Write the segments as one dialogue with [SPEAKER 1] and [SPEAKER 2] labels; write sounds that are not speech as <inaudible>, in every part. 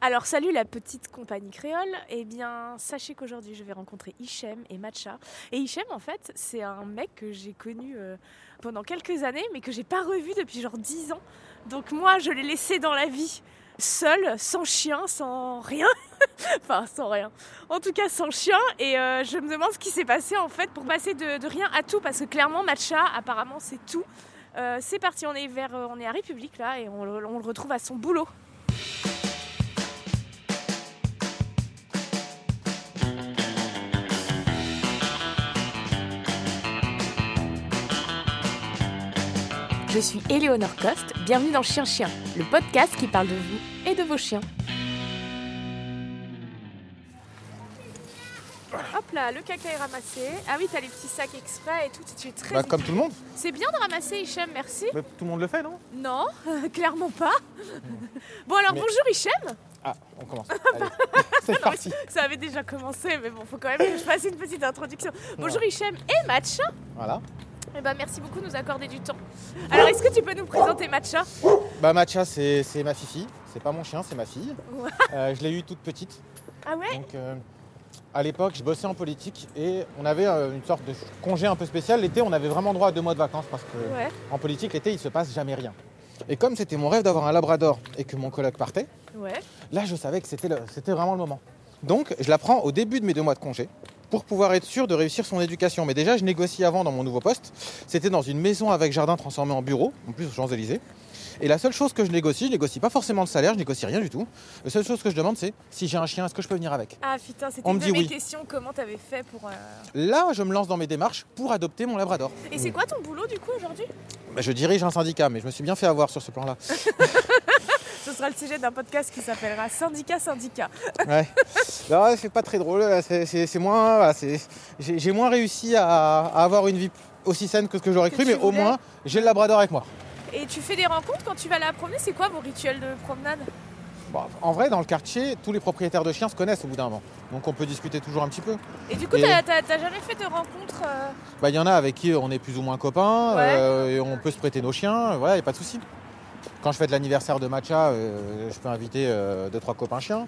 [SPEAKER 1] Alors salut la petite compagnie créole. Eh bien, sachez qu'aujourd'hui je vais rencontrer Hichem et Matcha. Et Hichem, en fait, c'est un mec que j'ai connu euh, pendant quelques années, mais que j'ai pas revu depuis genre 10 ans. Donc moi, je l'ai laissé dans la vie, seul, sans chien, sans rien. <laughs> enfin, sans rien. En tout cas, sans chien. Et euh, je me demande ce qui s'est passé en fait pour passer de, de rien à tout, parce que clairement, Matcha, apparemment, c'est tout. Euh, c'est parti, on est vers, euh, on est à République là, et on, le- on le retrouve à son boulot. Je suis Éléonore Coste, bienvenue dans Chien Chien, le podcast qui parle de vous et de vos chiens. Hop là, le caca est ramassé. Ah oui, t'as les petits sacs exprès et tout, tu es très...
[SPEAKER 2] Bah, comme tout le monde.
[SPEAKER 1] C'est bien de ramasser, Hichem, merci.
[SPEAKER 2] <laughs> Mais tout le monde le fait, non
[SPEAKER 1] Non, <laughs> clairement pas. bon alors
[SPEAKER 2] Mais-
[SPEAKER 1] bonjour Hichem.
[SPEAKER 2] Ah, on commence. Allez. <laughs> C'est parti.
[SPEAKER 1] Ça avait déjà commencé, mais bon, faut quand même que je fasse une petite introduction. Bonjour Hichem et Matcha.
[SPEAKER 2] Voilà.
[SPEAKER 1] Eh ben merci beaucoup de nous accorder du temps. Alors est-ce que tu peux nous présenter Matcha
[SPEAKER 2] Bah, Matcha, c'est c'est ma fifi. C'est pas mon chien, c'est ma fille.
[SPEAKER 1] Ouais.
[SPEAKER 2] Euh, je l'ai eu toute petite.
[SPEAKER 1] Ah ouais
[SPEAKER 2] Donc, euh, à l'époque, je bossais en politique et on avait euh, une sorte de congé un peu spécial. L'été, on avait vraiment droit à deux mois de vacances parce que
[SPEAKER 1] Ouais.
[SPEAKER 2] en politique, l'été, il se passe jamais rien. Et comme c'était mon rêve d'avoir un labrador et que mon coloc partait,
[SPEAKER 1] Ouais.
[SPEAKER 2] là, je savais que c'était le- c'était vraiment le moment. Donc, je la prends au début de mes deux mois de congé pour pouvoir être sûr de réussir son éducation. Mais déjà, je négocie avant dans mon nouveau poste. C'était dans une maison avec jardin transformé en bureau, en plus aux Champs-Élysées. Et la seule chose que je négocie, je négocie pas forcément le salaire, je négocie rien du tout. La seule chose que je demande, c'est si j'ai un chien, est-ce que je peux venir avec
[SPEAKER 1] Ah putain, c'était
[SPEAKER 2] On
[SPEAKER 1] une
[SPEAKER 2] me
[SPEAKER 1] de
[SPEAKER 2] dit
[SPEAKER 1] mes
[SPEAKER 2] oui.
[SPEAKER 1] questions. Comment t'avais fait pour... euh,
[SPEAKER 2] Là, je me lance dans mes démarches pour adopter mon labrador.
[SPEAKER 1] Et c'est quoi ton boulot du coup aujourd'hui
[SPEAKER 2] Bah, Je dirige un syndicat, mais je me suis bien fait avoir sur ce plan-là.
[SPEAKER 1] Ce sera le sujet d'un podcast qui s'appellera Syndicat Syndicat.
[SPEAKER 2] Ouais. Non, ouais, c'est pas très drôle. là, c'est- C'est c'est moins. voilà, c'est- J'ai j'ai moins réussi à, à avoir une vie aussi saine que ce que j'aurais
[SPEAKER 1] Que
[SPEAKER 2] cru,
[SPEAKER 1] tu
[SPEAKER 2] mais au
[SPEAKER 1] voulais.
[SPEAKER 2] moins j'ai le labrador avec moi.
[SPEAKER 1] Et tu fais des rencontres quand tu vas la promener C'est quoi vos rituels de promenade
[SPEAKER 2] Bon, en vrai, dans le quartier, tous les propriétaires de chiens se connaissent au bout d'un moment. Donc on peut discuter toujours un petit peu.
[SPEAKER 1] Et du coup,
[SPEAKER 2] Et-
[SPEAKER 1] t'as- t'as t'as jamais fait de rencontres euh,
[SPEAKER 2] Bah, Il y en a avec qui on est plus ou moins copains,
[SPEAKER 1] Ouais.
[SPEAKER 2] euh, et on peut se prêter nos chiens, euh, voilà, il a pas de souci. Quand je fête l'anniversaire de Matcha, euh, je peux inviter euh, deux, trois
[SPEAKER 1] <laughs>
[SPEAKER 2] copains chiens.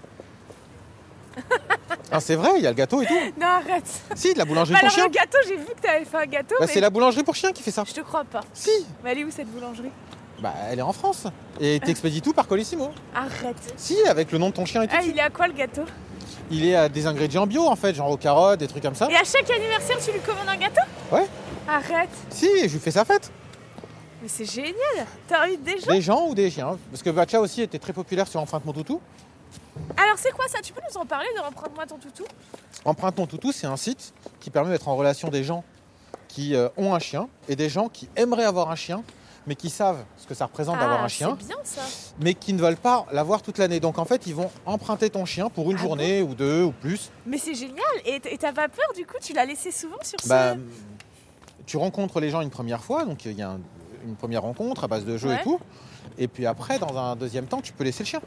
[SPEAKER 2] Ah, c'est vrai, il y a le gâteau et tout.
[SPEAKER 1] Non, arrête
[SPEAKER 2] Si, de la boulangerie
[SPEAKER 1] Bah, Alors
[SPEAKER 2] pour chiens.
[SPEAKER 1] le gâteau, j'ai vu que t'avais fait un gâteau,
[SPEAKER 2] Bah,
[SPEAKER 1] mais
[SPEAKER 2] c'est la boulangerie pour chiens qui fait ça.
[SPEAKER 1] je te crois pas.
[SPEAKER 2] Si,
[SPEAKER 1] Mais elle est où cette boulangerie
[SPEAKER 2] Bah, elle est en France. Et t'expédies tout par Colissimo.
[SPEAKER 1] Arrête.
[SPEAKER 2] Si, avec le nom de ton chien et tout.
[SPEAKER 1] Ah, il est à quoi le gâteau
[SPEAKER 2] Il est à des ingrédients bio en fait, genre aux carottes, des trucs comme ça.
[SPEAKER 1] Et à chaque anniversaire, tu lui commandes un gâteau
[SPEAKER 2] Hein Ouais.
[SPEAKER 1] Arrête.
[SPEAKER 2] Si, je lui fais sa fête.
[SPEAKER 1] Mais c'est génial. T'invites des gens.
[SPEAKER 2] Des gens ou des chiens. Parce que Bacha aussi était très populaire sur Empreinte mon toutou.
[SPEAKER 1] Alors c'est quoi ça Tu peux nous en parler de Emprunte-moi ton toutou
[SPEAKER 2] Empreinte mon toutou, c'est un site qui permet d'être en relation des gens qui euh, ont un chien et des gens qui aimeraient avoir un chien, mais qui savent ce que ça représente d'avoir bah, un chien,
[SPEAKER 1] Ah, C'est bien ça.
[SPEAKER 2] mais qui ne veulent pas l'avoir toute l'année. Donc en fait, ils vont emprunter ton chien pour une
[SPEAKER 1] Ah
[SPEAKER 2] journée ou deux ou plus.
[SPEAKER 1] Mais c'est génial. Et t- et t'as pas peur du coup Tu l'as laissé souvent sur ce.
[SPEAKER 2] Bah, tu rencontres les gens une première fois, donc il y a un- une première rencontre à base de jeux
[SPEAKER 1] Ouais.
[SPEAKER 2] et tout. Et puis après, dans un deuxième temps, tu peux laisser le chien.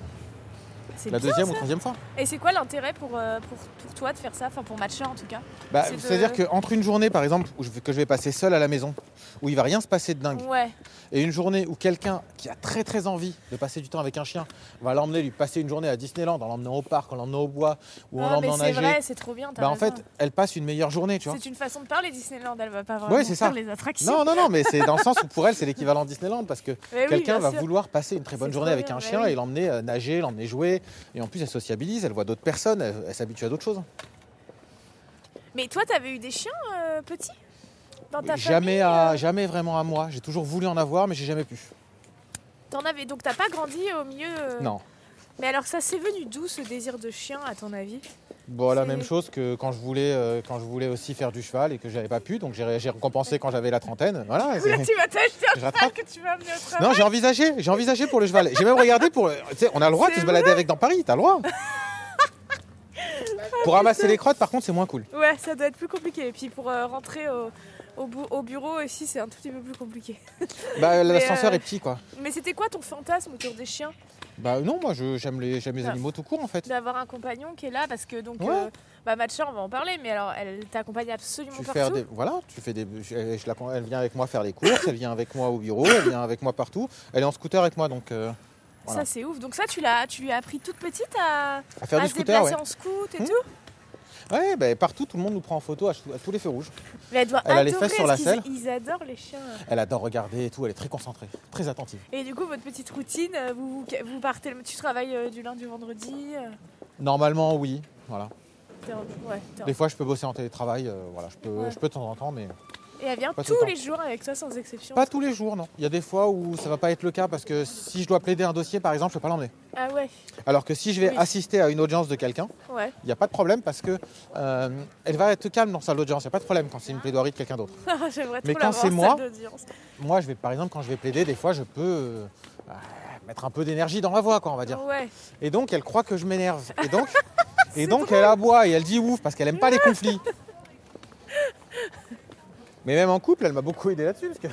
[SPEAKER 1] c'est
[SPEAKER 2] Bah, la
[SPEAKER 1] bien,
[SPEAKER 2] deuxième
[SPEAKER 1] ça.
[SPEAKER 2] ou troisième fois.
[SPEAKER 1] Et c'est quoi l'intérêt pour, euh, pour, pour toi de faire ça Enfin, pour Matcha en tout cas.
[SPEAKER 2] Bah,
[SPEAKER 1] C'est de-
[SPEAKER 2] C'est-à-dire qu'entre une journée, par exemple, où je, vais- que je vais passer seul à la maison, où il va rien se passer de dingue,
[SPEAKER 1] Ouais.
[SPEAKER 2] et une journée où quelqu'un qui a très très envie de passer du temps avec un chien va l'emmener, lui passer une journée à Disneyland, en l'emmenant au parc, en l'emmenant au bois, ou en
[SPEAKER 1] Ah, mais
[SPEAKER 2] l'emmenant
[SPEAKER 1] c'est
[SPEAKER 2] nager.
[SPEAKER 1] vrai, c'est trop bien. t'as
[SPEAKER 2] bah, en
[SPEAKER 1] raison.
[SPEAKER 2] fait, elle passe une meilleure journée, tu vois.
[SPEAKER 1] c'est une façon de parler Disneyland. Elle va pas vraiment
[SPEAKER 2] Ouais, c'est ça.
[SPEAKER 1] faire les attractions.
[SPEAKER 2] Non,
[SPEAKER 1] <laughs>
[SPEAKER 2] non, non, mais c'est dans le sens où pour elle, c'est l'équivalent de Disneyland parce que
[SPEAKER 1] Mais Eh oui,
[SPEAKER 2] Quelqu'un
[SPEAKER 1] bien
[SPEAKER 2] va
[SPEAKER 1] sûr.
[SPEAKER 2] vouloir passer une très
[SPEAKER 1] C'est
[SPEAKER 2] bonne
[SPEAKER 1] trop
[SPEAKER 2] journée avec
[SPEAKER 1] bien,
[SPEAKER 2] un
[SPEAKER 1] bah
[SPEAKER 2] chien
[SPEAKER 1] oui.
[SPEAKER 2] et l'emmener euh, nager, l'emmener jouer. Et en plus, elle sociabilise, elle voit d'autres personnes, elle, elle s'habitue à d'autres choses.
[SPEAKER 1] Mais toi, t'avais eu des chiens euh, petits dans ta famille,
[SPEAKER 2] Jamais,
[SPEAKER 1] euh,
[SPEAKER 2] à, jamais vraiment à moi. J'ai toujours voulu en avoir, mais j'ai jamais pu.
[SPEAKER 1] euh, T'en avais donc t'as pas grandi au milieu. euh,
[SPEAKER 2] Non.
[SPEAKER 1] Mais alors ça s'est venu d'où ce désir de chien à ton
[SPEAKER 2] <laughs>
[SPEAKER 1] avis
[SPEAKER 2] Bon, la
[SPEAKER 1] c'est-
[SPEAKER 2] même chose que quand je voulais, euh, quand je voulais aussi faire du cheval et que j'avais pas pu, donc j'ai j'ai récompensé quand j'avais la trentaine. Voilà.
[SPEAKER 1] Là,
[SPEAKER 2] c'est-
[SPEAKER 1] tu vas t'acheter un
[SPEAKER 2] Je
[SPEAKER 1] cheval
[SPEAKER 2] rattrape.
[SPEAKER 1] que tu vas amener au travail.
[SPEAKER 2] Non, j'ai envisagé, j'ai envisagé pour le cheval. J'ai même regardé pour. le- Tu sais, on a le droit de
[SPEAKER 1] C'est
[SPEAKER 2] se balader avec dans Paris, t'as
[SPEAKER 1] <laughs>
[SPEAKER 2] le droit.
[SPEAKER 1] Ah,
[SPEAKER 2] Pour ramasser les crottes, par contre, c'est moins cool.
[SPEAKER 1] Ouais, ça doit être plus compliqué. Et puis pour euh, rentrer au, au bou- au bureau aussi, c'est un tout petit peu plus compliqué. <laughs> Mais,
[SPEAKER 2] Bah, l'ascenseur
[SPEAKER 1] euh,
[SPEAKER 2] est petit, quoi.
[SPEAKER 1] Mais c'était quoi ton fantasme autour des chiens
[SPEAKER 2] Bah non, moi je- j'aime les, j'aime les
[SPEAKER 1] Ah.
[SPEAKER 2] animaux tout court en fait.
[SPEAKER 1] D'avoir un compagnon qui est là parce que donc
[SPEAKER 2] Ouais.
[SPEAKER 1] euh, bah Matcha on va en parler mais alors elle t'accompagne absolument
[SPEAKER 2] Tu fais
[SPEAKER 1] partout.
[SPEAKER 2] des, voilà, tu fais des, je- elle, je la- elle vient avec moi faire les courses, elle vient avec moi au bureau, elle vient avec moi partout. Elle est en scooter avec moi donc euh, Voilà.
[SPEAKER 1] Ça, c'est ouf. Donc, ça, tu, l'as, tu lui as appris toute petite à,
[SPEAKER 2] À faire
[SPEAKER 1] à
[SPEAKER 2] du
[SPEAKER 1] se
[SPEAKER 2] scooter,
[SPEAKER 1] déplacer
[SPEAKER 2] ouais.
[SPEAKER 1] en scoot et
[SPEAKER 2] Hmm.
[SPEAKER 1] tout.
[SPEAKER 2] Ouais, bah, partout, tout le monde nous prend en photo à, ch- à tous les feux rouges.
[SPEAKER 1] Mais elle doit
[SPEAKER 2] Elle a les
[SPEAKER 1] adorer
[SPEAKER 2] fesses sur
[SPEAKER 1] parce
[SPEAKER 2] la
[SPEAKER 1] qu'ils- Ils adorent les chiens.
[SPEAKER 2] Elle adore regarder et tout, elle est très concentrée, très attentive.
[SPEAKER 1] Et du coup, votre petite routine, euh, vous, vous partez, le- tu travailles euh, du lundi au vendredi. euh,
[SPEAKER 2] Normalement, oui. Voilà.
[SPEAKER 1] t'es en- ouais, t'es en-
[SPEAKER 2] Des fois, je peux bosser en télétravail. euh, voilà, je peux,
[SPEAKER 1] Ouais.
[SPEAKER 2] je peux de temps en temps, mais
[SPEAKER 1] Et elle vient
[SPEAKER 2] pas tout
[SPEAKER 1] tous
[SPEAKER 2] le temps.
[SPEAKER 1] les jours avec toi sans exception.
[SPEAKER 2] pas tous les jours, non. Il y a des fois où ça va pas être le cas parce que si je dois plaider un dossier, par exemple, je peux pas l'emmener.
[SPEAKER 1] Ah ouais,
[SPEAKER 2] Alors que si je vais
[SPEAKER 1] Oui.
[SPEAKER 2] assister à une audience de quelqu'un,
[SPEAKER 1] ouais. <laughs>
[SPEAKER 2] il n'y a pas de problème parce que euh, elle va être calme dans sa salle d'audience. Il n'y a pas de problème quand c'est une plaidoirie de quelqu'un d'autre.
[SPEAKER 1] Ah, J'aimerais
[SPEAKER 2] Mais
[SPEAKER 1] trop
[SPEAKER 2] quand
[SPEAKER 1] l'avoir en
[SPEAKER 2] c'est moi-
[SPEAKER 1] salle d'audience.
[SPEAKER 2] Moi, je vais, par exemple, quand je vais plaider, des fois, je peux euh, euh, mettre un peu d'énergie dans ma voix, quoi, on va dire.
[SPEAKER 1] Ouais. <laughs>
[SPEAKER 2] Et donc, elle croit que je m'énerve. Et donc,
[SPEAKER 1] C'est
[SPEAKER 2] et donc elle aboie et elle dit ouf parce qu'elle aime pas les conflits. Mais même en couple, elle m'a beaucoup aidé là-dessus parce que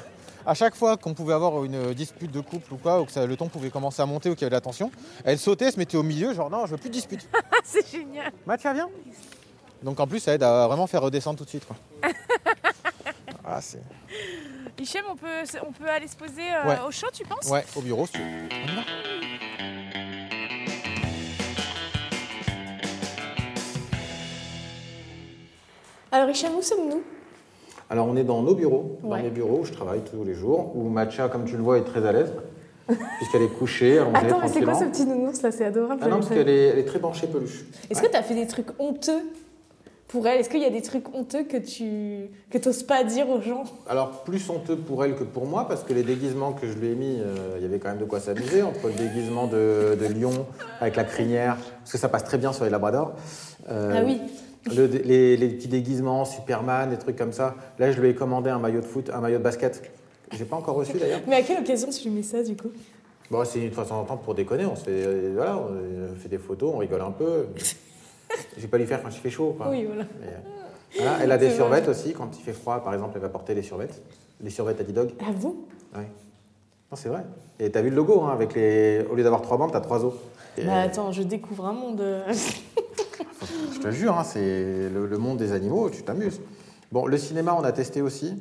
[SPEAKER 2] à chaque fois qu'on pouvait avoir une dispute de couple ou quoi, ou que ça- le ton pouvait commencer à monter ou qu'il y avait de la tension, elle sautait, se mettait au milieu, genre non, je veux plus de dispute.
[SPEAKER 1] Ah, c'est génial.
[SPEAKER 3] Bah,
[SPEAKER 2] Mathieu, viens. Donc en plus, ça aide à vraiment faire redescendre tout de
[SPEAKER 3] <laughs>
[SPEAKER 2] suite. Quoi. Ah, c'est-
[SPEAKER 1] Hichem, on peut, on peut aller se poser euh,
[SPEAKER 2] Ouais.
[SPEAKER 1] au chaud, tu penses
[SPEAKER 2] Ouais, au bureau, si tu veux. On y va
[SPEAKER 1] Alors Hichem, où sommes-nous
[SPEAKER 2] Alors on est dans nos bureaux, dans
[SPEAKER 1] Ouais.
[SPEAKER 2] mes bureaux où je travaille tous les jours, où Matcha, comme tu le vois, est très
[SPEAKER 3] <laughs>
[SPEAKER 2] à l'aise, puisqu'elle est couchée, allongée,
[SPEAKER 3] Attends, mais c'est quoi
[SPEAKER 2] tranquillement.
[SPEAKER 3] ce petit nounours là C'est adorable.
[SPEAKER 2] Ah non, parce
[SPEAKER 3] j'aime
[SPEAKER 2] qu'elle est, elle est très branchée peluche.
[SPEAKER 3] ça. Est-ce que t'as fait des trucs honteux pour elle Est-ce qu'il y a des trucs honteux que tu que t'oses pas dire aux gens
[SPEAKER 2] Alors plus honteux pour elle que pour moi, parce que les déguisements que je lui ai mis, euh, il y avait quand même de quoi s'amuser, entre le déguisement de, de lion avec la crinière, parce que ça passe très bien sur les labradors. Euh,
[SPEAKER 3] Ah oui.
[SPEAKER 2] le- les, les petits déguisements, Superman, des trucs comme ça. Là, je lui ai commandé un maillot de foot, un maillot de basket. J'ai pas encore reçu d'ailleurs.
[SPEAKER 3] Mais à quelle occasion tu lui mets ça du coup
[SPEAKER 2] Bon, c'est une fois de temps en temps pour déconner, on se fait, euh, voilà, on euh, fait des photos, on rigole un peu. Je vais pas lui faire quand il fait chaud. quoi.
[SPEAKER 3] Oui, voilà.
[SPEAKER 2] Mais, euh, voilà, Elle a des
[SPEAKER 3] C'est
[SPEAKER 2] survettes aussi, quand il fait froid, par exemple, elle va porter les survettes. Les survettes Adidas. Dog.
[SPEAKER 3] Ah bon
[SPEAKER 2] Ouais. Non, c'est vrai. Et t'as vu le logo, hein, avec les... au lieu d'avoir trois bandes, t'as trois os. Et,
[SPEAKER 3] Bah attends, je découvre un monde. euh,
[SPEAKER 2] Je te jure, hein, c'est le, le monde des animaux, tu t'amuses. Bon, le cinéma, on a testé aussi,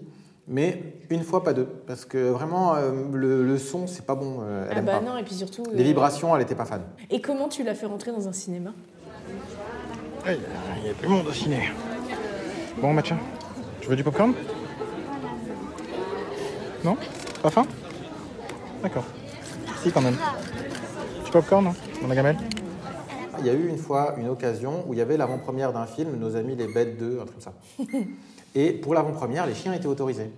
[SPEAKER 2] mais une fois, pas deux. Parce que vraiment, euh, le, le son, c'est pas bon. euh, elle
[SPEAKER 3] ah
[SPEAKER 2] aime
[SPEAKER 3] bah
[SPEAKER 2] pas.
[SPEAKER 3] non, et puis surtout.
[SPEAKER 2] Les
[SPEAKER 3] euh,
[SPEAKER 2] vibrations, elle était pas fan.
[SPEAKER 3] Et comment tu l'as fait rentrer dans un cinéma
[SPEAKER 2] Il y a plus de monde au ciné. Bon, Mathieu, tu veux du popcorn Non Pas faim D'accord. Si, quand même. Du popcorn, non Mon gamelle Il y a eu une fois une occasion où il y avait l'avant-première d'un film, Nos Amis les Bêtes 2, un truc comme ça.
[SPEAKER 3] <laughs>
[SPEAKER 2] Et pour l'avant-première, les chiens étaient autorisés.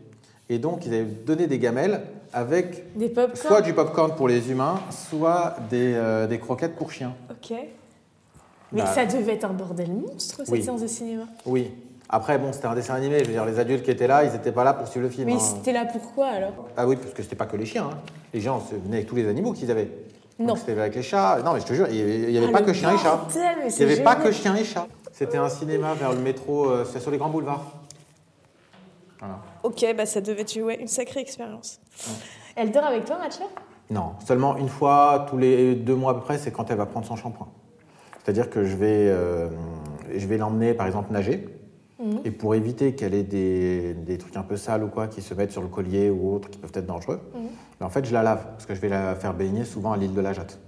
[SPEAKER 2] Et donc, ils avaient donné des gamelles avec
[SPEAKER 3] Des pop
[SPEAKER 2] soit du popcorn pour les humains, soit des, euh, des croquettes pour chiens.
[SPEAKER 3] Ok. Mais
[SPEAKER 2] Bah.
[SPEAKER 3] ça devait être un bordel monstre cette
[SPEAKER 2] Oui.
[SPEAKER 3] séance de cinéma.
[SPEAKER 2] Oui. Après, bon, c'était un dessin animé. Je veux dire, les adultes qui étaient là, ils n'étaient pas là pour suivre le film.
[SPEAKER 3] Mais
[SPEAKER 2] hein.
[SPEAKER 3] c'était là pourquoi alors
[SPEAKER 2] Ah oui, parce que c'était pas que les chiens. hein. Les gens se venaient avec tous les animaux qu'ils avaient.
[SPEAKER 3] Non.
[SPEAKER 2] Donc, C'était avec les chats. Non, mais je te jure, il y avait- il y avait
[SPEAKER 3] Ah,
[SPEAKER 2] pas
[SPEAKER 3] le
[SPEAKER 2] que chiens et chats.
[SPEAKER 3] bordel, mais
[SPEAKER 2] Il
[SPEAKER 3] c'est
[SPEAKER 2] n'y avait pas
[SPEAKER 3] génial.
[SPEAKER 2] que chiens et chats. C'était un cinéma vers le métro, euh, c'est sur les grands boulevards. Voilà.
[SPEAKER 1] Ok, bah ça devait être ouais, une sacrée expérience.
[SPEAKER 3] Elle dort avec toi, Mathieu
[SPEAKER 2] Non, seulement une fois tous les deux mois à peu près, c'est quand elle va prendre son shampoing. C'est-à-dire que je vais, euh, je vais l'emmener, par exemple, nager.
[SPEAKER 3] Mhm.
[SPEAKER 2] Et pour éviter qu'elle ait des, des trucs un peu sales ou quoi qui se mettent sur le collier ou autre, qui peuvent être dangereux,
[SPEAKER 3] Mhm.
[SPEAKER 2] mais en fait, je la lave parce que je vais la faire baigner souvent à l'île de la Jatte.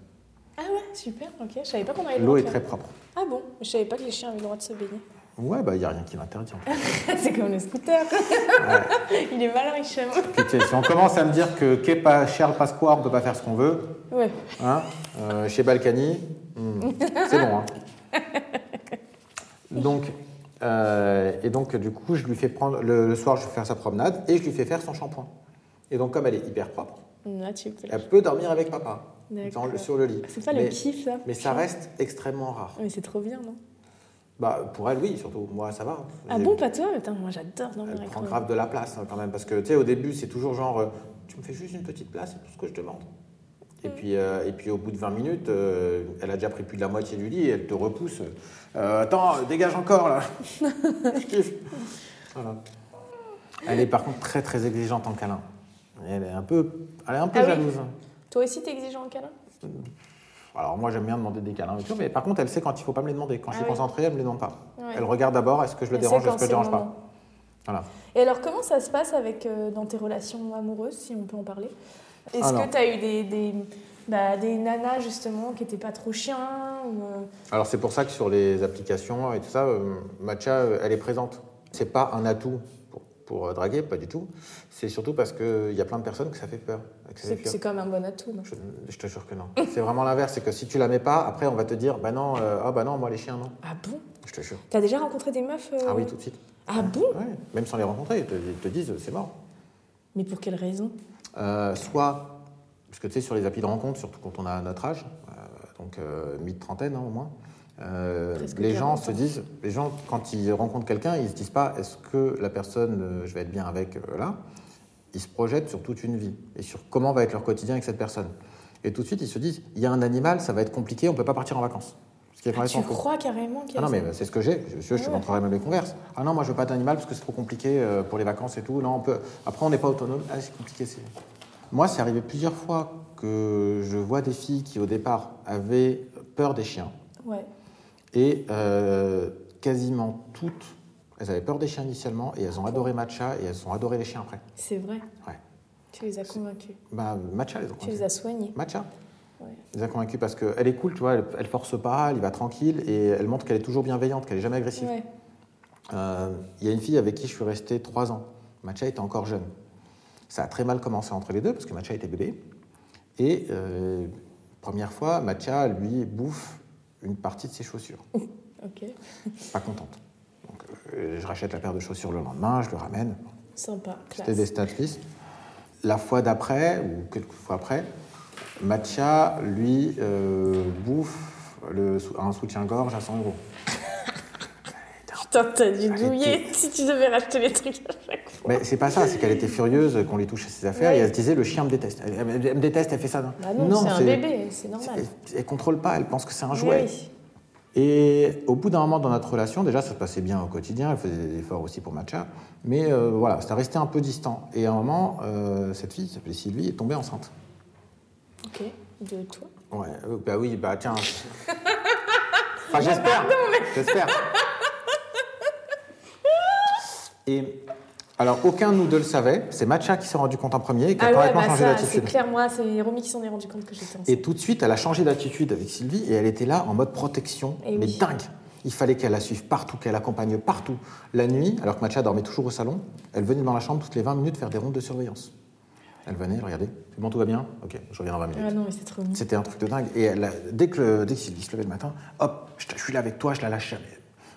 [SPEAKER 3] Ah ouais, super, ok. Je savais pas qu'on avait le
[SPEAKER 2] L'eau
[SPEAKER 3] droit
[SPEAKER 2] est
[SPEAKER 3] de
[SPEAKER 2] très
[SPEAKER 3] faire-
[SPEAKER 2] propre.
[SPEAKER 3] Ah bon, je savais pas que les chiens avaient le droit de se baigner.
[SPEAKER 2] Ouais, bah, il n'y a rien qui l'interdit. en fait.
[SPEAKER 3] <laughs>
[SPEAKER 2] <laughs>
[SPEAKER 3] C'est comme le scooter. <laughs> Il est malin, Hicham.
[SPEAKER 2] Puis, tu sais, si on commence à me dire que Kepa, Charles Pasquard, on peut pas faire ce qu'on veut,
[SPEAKER 3] Ouais.
[SPEAKER 2] Hein Euh, chez Balkany, hmm, c'est bon. hein. donc, euh, et donc, du coup, je lui fais prendre le, le soir, je fais faire sa promenade et je lui fais faire son shampoing. Et donc, comme elle est hyper propre,
[SPEAKER 3] Là, tu peux.
[SPEAKER 2] elle peut dormir avec papa dans le-
[SPEAKER 3] D'accord.
[SPEAKER 2] sur le lit.
[SPEAKER 3] C'est pas
[SPEAKER 2] mais,
[SPEAKER 3] le kiff, ça
[SPEAKER 2] mais ça reste extrêmement rare.
[SPEAKER 3] Mais c'est trop bien, non
[SPEAKER 2] Bah, pour elle, oui, surtout. Moi, ça va.
[SPEAKER 3] Ah
[SPEAKER 2] J'ai-
[SPEAKER 3] bon, pas toi Putain, moi j'adore dormir
[SPEAKER 2] Elle
[SPEAKER 3] avec
[SPEAKER 2] prend
[SPEAKER 3] toi.
[SPEAKER 2] grave de la place hein, quand même. Parce que, tu sais, au début, c'est toujours genre, euh, tu me fais juste une petite place, c'est tout ce que je demande. Et puis, euh, et puis au bout de 20 minutes, euh, elle a déjà pris plus de la moitié du lit et elle te repousse. Euh, attends, euh, dégage encore
[SPEAKER 3] <laughs>
[SPEAKER 2] là. je kiffe. Voilà. Elle est par contre très très exigeante en câlin. Elle est un peu, elle est un peu
[SPEAKER 3] Ah oui.
[SPEAKER 2] jalouse.
[SPEAKER 3] Toi aussi, t'es exigeant en câlin
[SPEAKER 2] Alors moi j'aime bien demander des câlins et tout, mais par contre elle sait quand il faut pas me les demander. Quand je
[SPEAKER 3] Ah
[SPEAKER 2] suis
[SPEAKER 3] oui.
[SPEAKER 2] concentré, elle me les demande pas.
[SPEAKER 3] Ouais.
[SPEAKER 2] Elle regarde d'abord est-ce que je le
[SPEAKER 3] Elle sait
[SPEAKER 2] dérange,
[SPEAKER 3] quand
[SPEAKER 2] est-ce que je le
[SPEAKER 3] c'est le
[SPEAKER 2] dérange pas.
[SPEAKER 3] moment.
[SPEAKER 2] Voilà.
[SPEAKER 3] Et alors, comment ça se passe avec, euh, dans tes relations amoureuses, si on peut en parler Est-ce
[SPEAKER 2] Alors.
[SPEAKER 3] que t'as eu des, des, bah, des nanas justement qui étaient pas trop chiens ou euh,
[SPEAKER 2] Alors c'est pour ça que sur les applications et tout ça, euh, Matcha, euh, elle est présente. C'est pas un atout pour, pour, euh, draguer, pas du tout. C'est surtout parce qu'il y a plein de personnes que ça fait peur. que ça fait
[SPEAKER 3] c'est
[SPEAKER 2] fuir.
[SPEAKER 3] c'est quand même un bon atout. non
[SPEAKER 2] Je, je te jure que non. C'est vraiment l'inverse, c'est que si tu la mets pas, après on va te dire, bah non, euh, ah bah non, moi les chiens non.
[SPEAKER 3] ah bon
[SPEAKER 2] Je te jure.
[SPEAKER 3] T'as déjà rencontré des meufs euh,
[SPEAKER 2] Ah oui, tout de suite.
[SPEAKER 3] Ah bon
[SPEAKER 2] Ouais. Même sans les rencontrer, ils te, ils te disent, euh, c'est mort.
[SPEAKER 3] Mais pour quelle raison
[SPEAKER 2] Euh, soit, parce que tu sais, sur les applis de rencontre, surtout quand on a notre âge, euh, donc euh, mi-trentaine hein, au moins, euh,
[SPEAKER 3] Presque hein.
[SPEAKER 2] les gens
[SPEAKER 3] 40
[SPEAKER 2] se
[SPEAKER 3] ans.
[SPEAKER 2] disent, les gens, quand ils rencontrent quelqu'un, ils se disent pas est-ce que la personne, euh, je vais être bien avec euh, là Ils se projettent sur toute une vie et sur comment va être leur quotidien avec cette personne. Et tout de suite, ils se disent il y a un animal, ça va être compliqué, on peut pas partir en vacances. Ce qui est
[SPEAKER 3] Ah, Tu
[SPEAKER 2] complètement faux.
[SPEAKER 3] crois carrément qu'il y a
[SPEAKER 2] Ah non,
[SPEAKER 3] ça
[SPEAKER 2] mais euh, c'est ce que j'ai. Je, je te
[SPEAKER 3] Ouais.
[SPEAKER 2] montrerai même les converses. Ah non, moi je veux pas d'animal parce que c'est trop compliqué euh, pour les vacances et tout. Non, on peut. Après, on n'est pas autonome. Ah, c'est compliqué. c'est- Moi, c'est arrivé plusieurs fois que je vois des filles qui, au départ, avaient peur des chiens.
[SPEAKER 3] Ouais.
[SPEAKER 2] Et euh, quasiment toutes, elles avaient peur des chiens initialement et elles ont adoré Matcha et elles ont adoré les chiens après.
[SPEAKER 3] C'est vrai.
[SPEAKER 2] Ouais.
[SPEAKER 3] Tu les as convaincus.
[SPEAKER 2] Bah, Matcha, les ont
[SPEAKER 3] Tu les as soignés.
[SPEAKER 2] Matcha.
[SPEAKER 3] Ouais.
[SPEAKER 2] Elle les a convaincus parce qu'elle est cool, tu vois, elle, elle force pas, elle y va tranquille et elle montre qu'elle est toujours bienveillante, qu'elle est jamais agressive.
[SPEAKER 3] Ouais.
[SPEAKER 2] Euh, Il y a une fille avec qui je suis resté trois ans. Matcha était encore jeune. Ça a très mal commencé entre les deux parce que Matcha était bébé. Et euh, première fois, Matcha lui bouffe une partie de ses chaussures.
[SPEAKER 3] Ok.
[SPEAKER 2] Pas contente. Donc, euh, je rachète la paire de chaussures le lendemain, je le ramène.
[SPEAKER 3] Sympa.
[SPEAKER 2] C'était
[SPEAKER 3] Classe.
[SPEAKER 2] des stats fils. La fois d'après, ou quelques fois après, Matcha lui euh, bouffe le sou- un soutien-gorge à 100 euros.
[SPEAKER 3] Putain, t'as dû
[SPEAKER 2] Arrêtez.
[SPEAKER 3] douiller <laughs> si tu devais racheter les trucs à chaque fois.
[SPEAKER 2] Mais c'est pas ça, c'est qu'elle était furieuse qu'on lui touche ses affaires
[SPEAKER 3] Ouais.
[SPEAKER 2] et elle se disait le chien me déteste. Elle, elle- elle me déteste, elle fait ça.
[SPEAKER 3] Bah non, c'est un bébé, c'est
[SPEAKER 2] c'est-
[SPEAKER 3] normal.
[SPEAKER 2] Elle, elle contrôle pas, elle pense que c'est un
[SPEAKER 3] Oui,
[SPEAKER 2] jouet.
[SPEAKER 3] oui.
[SPEAKER 2] Et au bout d'un moment dans notre relation, déjà ça se passait bien au quotidien, elle faisait des efforts aussi pour Matcha, mais euh, voilà, ça restait un peu distant. Et à un moment, euh, cette fille, qui s'appelait Sylvie, est tombée enceinte.
[SPEAKER 3] Ok. De toi.
[SPEAKER 2] Ouais, euh, bah oui, bah
[SPEAKER 3] <laughs>
[SPEAKER 2] tiens. Enfin, j'espère. J'espère. Et alors, aucun de nous deux le savait. C'est Matcha qui s'est rendu compte en premier et qui a complètement changé
[SPEAKER 3] Ah bah ça, c'est
[SPEAKER 2] d'attitude.
[SPEAKER 3] clair. Moi, c'est Romy qui s'en est rendu compte que j'étais enceinte.
[SPEAKER 2] Et tout de suite, elle a changé d'attitude avec Sylvie et elle était là en mode protection,
[SPEAKER 3] Eh
[SPEAKER 2] mais
[SPEAKER 3] oui.
[SPEAKER 2] dingue. Il fallait qu'elle la suive partout, qu'elle l'accompagne partout. La nuit, alors que Matcha dormait toujours au salon, elle venait dans la chambre toutes les 20 minutes faire des rondes de surveillance. Elle venait, regardez, c'est bon, tout va bien Ok, je reviens dans 20 minutes.
[SPEAKER 3] Ah non, mais c'est trop mignon.
[SPEAKER 2] C'était un truc de dingue. Et elle a- dès que, le- dès que Sylvie se levait le matin, hop, je, te- je suis là avec toi, je la lâche jamais.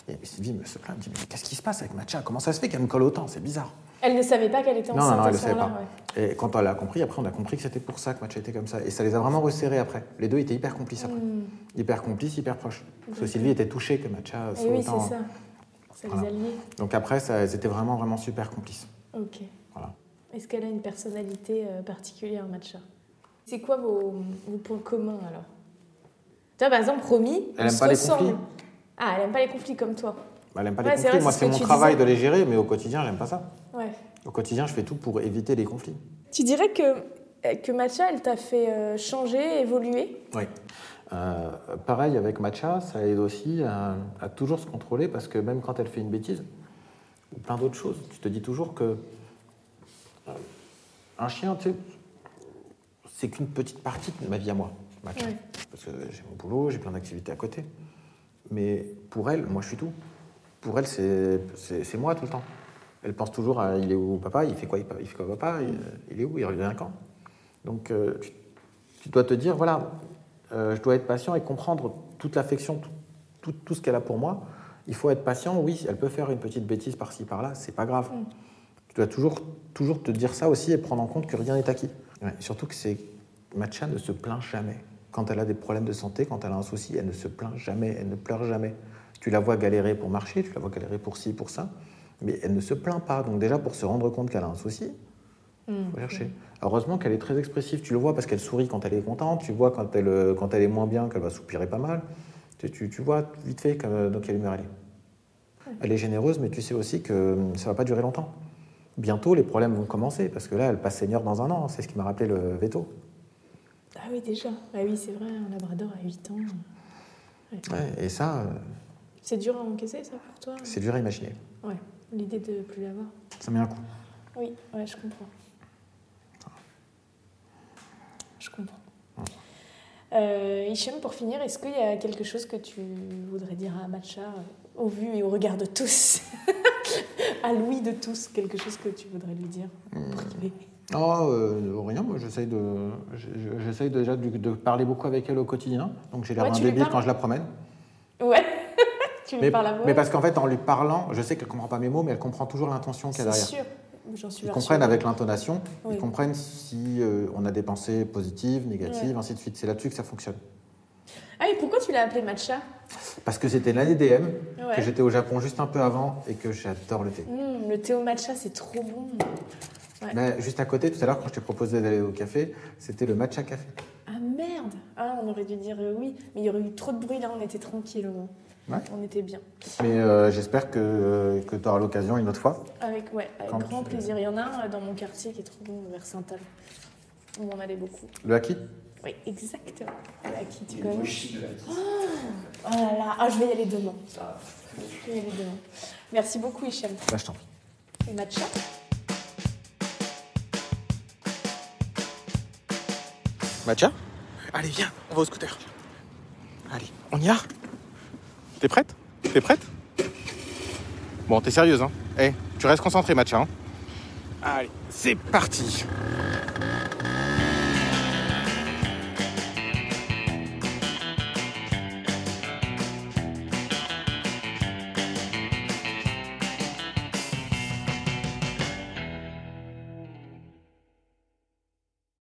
[SPEAKER 2] Et Sylvie me se plaint, elle me dit Mais qu'est-ce qui se passe avec Matcha Comment ça se fait qu'elle me colle autant C'est bizarre.
[SPEAKER 3] Elle ne savait pas qu'elle était
[SPEAKER 2] Non,
[SPEAKER 3] enceinte
[SPEAKER 2] non, non,
[SPEAKER 3] à
[SPEAKER 2] elle le
[SPEAKER 3] ce
[SPEAKER 2] savait pas.
[SPEAKER 3] moment-là. ouais.
[SPEAKER 2] Et quand elle a compris, après, on a compris que c'était pour ça que Matcha était comme ça. Et ça les a vraiment resserrés après. Les deux étaient hyper complices après.
[SPEAKER 3] Hmm.
[SPEAKER 2] Hyper complices, hyper proches. Parce que Sylvie était touchée que Matcha
[SPEAKER 3] Eh
[SPEAKER 2] soit
[SPEAKER 3] oui,
[SPEAKER 2] autant.
[SPEAKER 3] c'est ça. Ça les
[SPEAKER 2] hein. Voilà.
[SPEAKER 3] a liés.
[SPEAKER 2] Donc après, ça, elles étaient vraiment, vraiment super complices.
[SPEAKER 3] Ok.
[SPEAKER 2] Voilà.
[SPEAKER 3] Est-ce qu'elle a une personnalité euh, particulière, Matcha C'est quoi vos, vos points communs alors Toi, par exemple, Romy.
[SPEAKER 2] Elle
[SPEAKER 3] on
[SPEAKER 2] aime
[SPEAKER 3] se
[SPEAKER 2] pas les
[SPEAKER 3] ressemble.
[SPEAKER 2] conflits.
[SPEAKER 3] Ah, elle aime pas les conflits comme toi.
[SPEAKER 2] Elle aime pas
[SPEAKER 3] Ouais,
[SPEAKER 2] les
[SPEAKER 3] c'est
[SPEAKER 2] conflits.
[SPEAKER 3] vrai,
[SPEAKER 2] Moi,
[SPEAKER 3] c'est ce
[SPEAKER 2] c'est
[SPEAKER 3] que
[SPEAKER 2] mon
[SPEAKER 3] tu
[SPEAKER 2] travail
[SPEAKER 3] disais.
[SPEAKER 2] de les gérer, mais au quotidien, j'aime pas ça.
[SPEAKER 3] Ouais.
[SPEAKER 2] Au quotidien, je fais tout pour éviter les conflits.
[SPEAKER 3] Tu dirais que, que Matcha, elle t'a fait euh, changer, évoluer
[SPEAKER 2] Oui. Euh, pareil avec Matcha, ça aide aussi à, à toujours se contrôler parce que même quand elle fait une bêtise ou plein d'autres choses, tu te dis toujours que euh, un chien, tu sais, c'est qu'une petite partie de ma vie à moi, Matcha.
[SPEAKER 3] Ouais.
[SPEAKER 2] Parce que j'ai mon boulot, j'ai plein d'activités à côté. Mais pour elle, moi je suis tout. Pour elle, c'est- c'est c'est moi tout le temps. Elle pense toujours à il est où papa, il fait quoi, il fait quoi papa, il, il est où, il revient quand. Donc euh, tu, tu dois te dire, voilà, euh, je dois être patient et comprendre toute l'affection, tout, tout, tout ce qu'elle a pour moi. Il faut être patient, oui, elle peut faire une petite bêtise par-ci, par-là, c'est pas grave. Tu dois toujours, toujours te dire ça aussi et prendre en compte que rien n'est acquis. Ouais, surtout que c'est Matcha ne se plaint jamais. Quand elle a des problèmes de santé, quand elle a un souci, elle ne se plaint jamais, elle ne pleure jamais. Tu la vois galérer pour marcher, tu la vois galérer pour ci, pour ça, mais elle ne se plaint pas. Donc déjà, pour se rendre compte qu'elle a un souci, faut chercher. Heureusement qu'elle est très expressive, tu le vois parce qu'elle sourit quand elle est contente, tu vois quand elle, euh, quand elle est moins bien qu'elle va soupirer pas mal. Tu, tu- tu vois vite fait comme, euh, dans quelle humeur elle est. Elle est généreuse, mais tu sais aussi que euh, ça va pas durer longtemps. Bientôt, les problèmes vont commencer parce que là, elle passe senior dans un an. C'est ce qui m'a rappelé le veto.
[SPEAKER 3] Ah oui, déjà.
[SPEAKER 1] Bah
[SPEAKER 3] Ah oui, c'est vrai, un labrador à 8 ans.
[SPEAKER 2] Ouais, et ça, euh,
[SPEAKER 3] C'est dur à encaisser, ça, pour toi
[SPEAKER 2] c'est dur à imaginer.
[SPEAKER 3] Ouais, l'idée de plus l'avoir.
[SPEAKER 2] Ça met un coup.
[SPEAKER 3] Oui, ouais, je comprends. Je comprends.
[SPEAKER 1] Euh, Hichem, pour finir, est-ce qu'il y a quelque chose que tu voudrais dire à Matcha, euh, au vu et au regard de tous <laughs> À Louis de tous, quelque chose que tu voudrais lui dire en
[SPEAKER 2] Hmm.
[SPEAKER 1] privé
[SPEAKER 2] Oh, euh, rien, moi j'essaye de, je- j'essaye déjà de, de parler beaucoup avec elle au quotidien, donc j'ai l'air
[SPEAKER 1] Ouais,
[SPEAKER 2] d'un
[SPEAKER 1] tu lui
[SPEAKER 2] débile
[SPEAKER 1] parles
[SPEAKER 2] quand je la promène.
[SPEAKER 1] Ouais <laughs> Tu lui
[SPEAKER 2] Mais,
[SPEAKER 1] parles à voix
[SPEAKER 2] mais parce qu'en fait, en lui parlant, je sais qu'elle comprend pas mes mots, mais elle comprend toujours l'intention qu'il y a
[SPEAKER 1] C'est
[SPEAKER 2] derrière.
[SPEAKER 1] sûr, j'en suis
[SPEAKER 2] Ils
[SPEAKER 1] rassurée.
[SPEAKER 2] comprennent avec l'intonation,
[SPEAKER 1] Oui.
[SPEAKER 2] ils comprennent si euh, on a des pensées positives, négatives,
[SPEAKER 1] Ouais.
[SPEAKER 2] ainsi de suite. C'est là-dessus que ça fonctionne.
[SPEAKER 1] Ah oui, pourquoi tu l'as appelé Matcha
[SPEAKER 2] Parce que c'était l'année DM,
[SPEAKER 1] Ouais.
[SPEAKER 2] que j'étais au Japon juste un peu avant et que j'adore le thé.
[SPEAKER 1] Hum, le thé au matcha, c'est trop bon. Ouais.
[SPEAKER 2] Mais juste à côté, tout à l'heure, quand je t'ai proposé d'aller au café, c'était le matcha café.
[SPEAKER 1] Ah merde Ah, on aurait dû dire euh, oui, mais il y aurait eu trop de bruit là, on était tranquille au moins.
[SPEAKER 2] Ouais.
[SPEAKER 1] On était bien.
[SPEAKER 2] Mais euh, j'espère que, euh, que tu auras l'occasion une autre fois.
[SPEAKER 1] Avec, ouais, avec
[SPEAKER 2] Quand
[SPEAKER 1] grand
[SPEAKER 2] tu-
[SPEAKER 1] plaisir. Il y en a un euh, dans mon quartier qui est trop bon, vers Saint-Al. On en allait beaucoup.
[SPEAKER 2] Le haki
[SPEAKER 1] Oui, exactement. À qui tu connais Oh là là, ah, je vais y aller demain. Je vais y aller demain. Merci beaucoup, Hichem.
[SPEAKER 2] Bah, je t'en prie.
[SPEAKER 1] Et matcha
[SPEAKER 2] Matcha Allez, viens, on va au scooter. Allez, on y va T'es prête T'es prête Bon, t'es sérieuse, hein Eh, tu restes concentré, Matcha. hein Allez, c'est parti